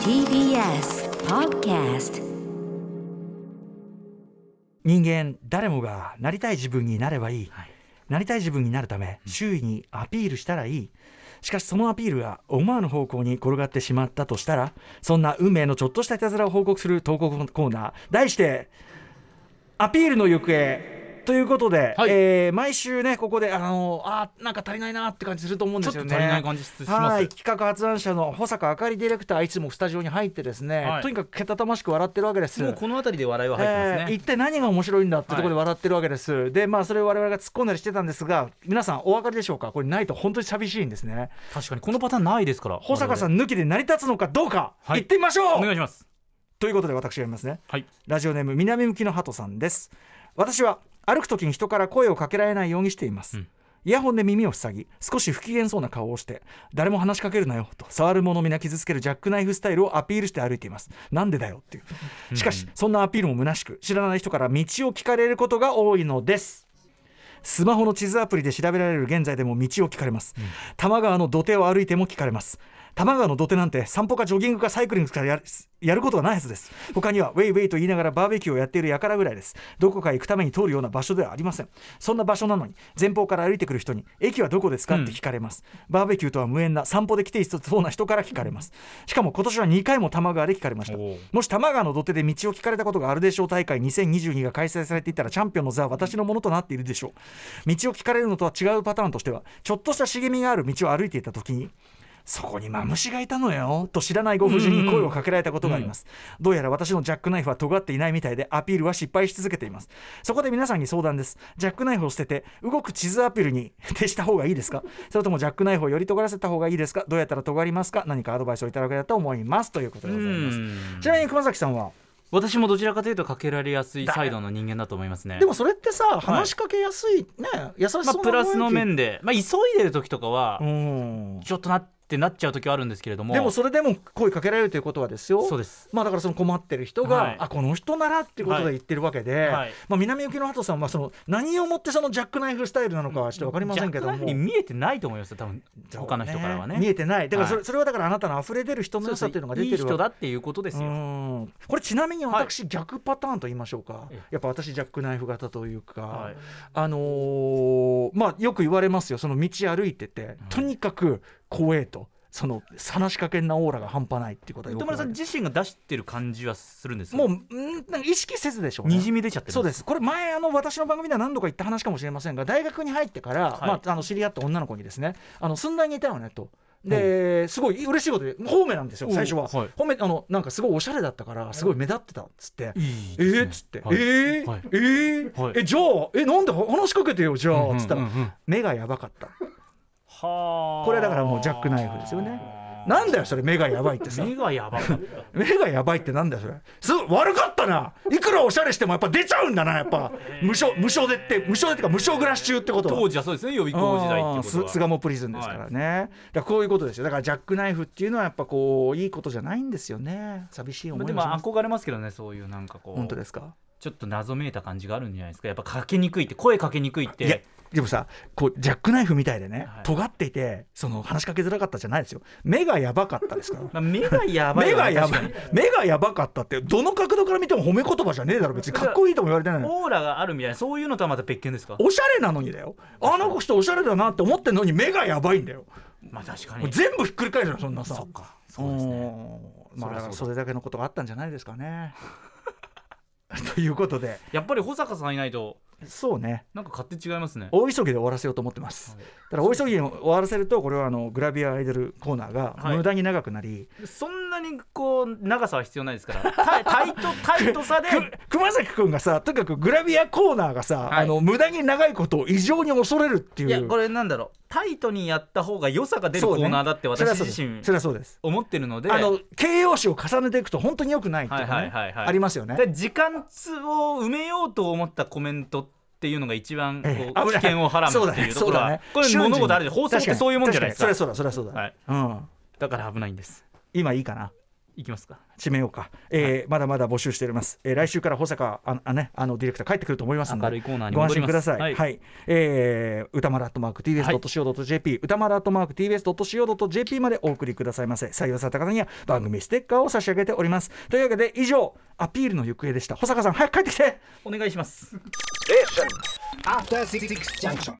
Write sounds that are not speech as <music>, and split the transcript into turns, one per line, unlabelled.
TBS Podcast
人間誰もがなりたい自分になればいい、なりたい自分になるため周囲にアピールしたらいい、しかしそのアピールが思わぬ方向に転がってしまったとしたらそんな運命のちょっとしたいたずらを報告する投稿コーナー題してアピールの行方ということで、
はい
えー毎週ねここであのあーなんか足りないなって感じすると思うんですよね
ちょっと足りない感じします
はい企画発案者の保坂あかりディレクターいつもスタジオに入ってですね、
はい
とにかくけたたましく笑ってるわけです
もうこの辺りで笑いは入って
え
ます
ー
ね、
一体何が面白いんだってところで笑ってるわけです、でまあそれを我々が突っ込んだりしてたんですが皆さんお分かりでしょうかこれないと本当に寂しいんですね
確かにこのパターンないですから
保坂さん抜きで成り立つのかどうか、
はい
行ってみましょ
我々お
う
願いします
ということで私が言いますね
はい
ラジオネーム南向きの鳩さんです私は歩くときに人から声をかけられないようにしています、
うん
イヤホンで耳を塞ぎ少し不機嫌そうな顔をして誰も話しかけるなよと触るもの皆傷つけるジャックナイフスタイルをアピールして歩いていますなんでだよっていうしかしそんなアピールも虚しく知らない人から道を聞かれることが多いのですスマホの地図アプリで調べられる現在でも道を聞かれます、多摩川の土手を歩いても聞かれます多摩川の土手なんて散歩かジョギングかサイクリングかやるやることはないはずです他にはウェイウェイと言いながらバーベキューをやっている輩ぐらいですどこか行くために通るような場所ではありませんそんな場所なのに前方から歩いてくる人に駅はどこですかって聞かれます、バーベキューとは無縁な散歩で来ていそうな人から聞かれますしかも今年は2回も多摩川で聞かれました
おう
もし多摩川の土手で道を聞かれたことがあるでしょう大会2022が開催されていたらチャンピオンの座は私のものとなっているでしょう道を聞かれるのとは違うパターンとしてはちょっとした茂みがある道を歩いていた時にそこにマムシがいたのよと知らないご婦人に声をかけられたことがあります、どうやら私のジャックナイフは尖っていないみたいでアピールは失敗し続けていますそこで皆さんに相談ですジャックナイフを捨てて動く地図アピールに <laughs> 徹した方がいいですかそれともジャックナイフをより尖らせた方がいいですかどうやったら尖りますか何かアドバイスをいただけたらと思いますということでございます
うん
ちなみに熊崎さんは
私もどちらかというとかけられやすいサイドの人間だと思いますね
でもそれってさ話しかけやすいね、優しそうな
まあ、プラスの
雰囲
面で、まあ、急いでる時とかは
気、うん
ちょっとなってなっちゃう時はあるんですけれども
でもそれでも声かけられるということはですよ
そうです
まあだからその困ってる人が、
はい
あこの人ならっていうことで
はい
言ってるわけで、
はい
まあ、南行きの鳩さんはその何をもってそのジャックナイフスタイルなのかはちょっと分かりませんけども
ジャックナイフに見えてないと思いますよ多分
そうね
他の人からはね
見えてないだからそれ,、
は
それはだからあなたの溢れ出る人の良さっていうのが出てる
いい
わけ
人だっていうことですよ、
うんこれちなみに私、逆パターンと言いましょうか
ええ
やっぱ私ジャックナイフ型というか、
はい
あのーまあよく言われますよその道歩いてて、とにかく怖えとその話しかけんなオーラが半端ないっていうことはよく
糸
言わ
村
れ
さ
る
ん自身が出してる感じはするんです
もう
うん
なんか意識せずでしょうね
にじみ出ちゃってる
そうですすこれ前あの私の番組では何度か言った話かもしれませんが大学に入ってから、
はい
まあ、あの知り合った女の子にですねあの寸大にいたよねと。ですごい嬉しいことで褒めなんですよ
おう
最初は、
はい
褒めあのなんかすごいおしゃれだったからすごい目立ってたっつって
いい
え
ですね
ーっつって、
はい
えー
はい
えー
はい
えじゃあえなんで話しかけてよじゃあ、つったら、
うんうんうんうん
目がやばかった
はあ
これだからもうジャックナイフですよねなんだよそれ目がやばいって
<laughs>
さ
目がやばかった
目がやばいってなんだよそれす悪かったないくらおしゃれしてもやっぱ出ちゃうんだなやっぱ無償無償でって無償でってか無償暮らし中ってことは
当時はそうですね予備校時代っていうことは
巣鴨プリズンですからね、だからこういうことですよだからジャックナイフっていうのはやっぱこういいことじゃないんですよね寂しい思い
まあ
を
で
し
も
ます
憧れますけどねそういうなんかこう
本当ですか
ちょっと謎めいた感じがあるんじゃないですかやっぱかけにくいって声かけにくいっ
いや
て
でもさこうジャックナイフみたいでね、
はい
尖っていてその話しかけづらかったじゃないですよ目がやばかったです
<laughs>
から
まあ、目がやばい
目
わ
が
ね
や
確
ば
かに
い目がやばかったってどの角度から見ても褒め言葉じゃねえだろ別にかっこいいとも言われてないのに
オーラがあるみたいなそういうのとはまた別件ですか
おしゃれなのにだよあの人おしゃれだなって思ってんのに目がやばいんだよ
まあ確か
もう
に
全部ひっくり返るのそんなさ
そっかそうですね
うんまあだから
そ
そ
り
れだけのことがあったんじゃないですか
<laughs>
ね。ということで
やっぱり保坂さんいないと
そうね
なんか勝手違いますね
大急ぎで終わらせようと思ってます。
はい
ただ大急ぎで終わらせるとこれはあのグラビアアイドルコーナーが
はい
無駄に長くなり、
そんなにこう長さは必要ないですからタイタイトタイトさで
く熊崎君がさとにかくグラビアコーナーがさ、
は
あ
い
の無駄に長いことを異常に恐れるっていう。
いやこれなんだろうタイトにやった方が良さが出る
そ
コ
うね
ーナーだって
それは
私
そう
自身
ですそれはそうです。
思ってるので
あの形容詞を重ねていくと本当に良くないっていうか
はい
ね
はいはいはい
ありますよね。
で時間つを埋めようと思ったコメントっていうのが一番こう、
ええ危
危
ない
険をはらむっていうところは、これ物事あるで放送ってそういうもんじゃないですか
確にそれはそうだそれはそうだ、
はい
うん
だから危ないんです
今いいかな
いきますか
締めようか、えーまだまだ募集しております、えー来週から保坂ああ、ね、あのディレクター帰ってくると思いますので
明るいコーナーに
ご安
戻り
心
ま
く
す
ださい、は
はいい
えー歌丸アットマーク TBS.CO.JP、歌丸アットマーク TBS.CO.JP までお送りくださいませ採用された方には番組ステッカーを差し上げておりますというわけで以上アピールの行方でした保坂さん早く帰ってきて
お願いします
アフターシックスジャンクション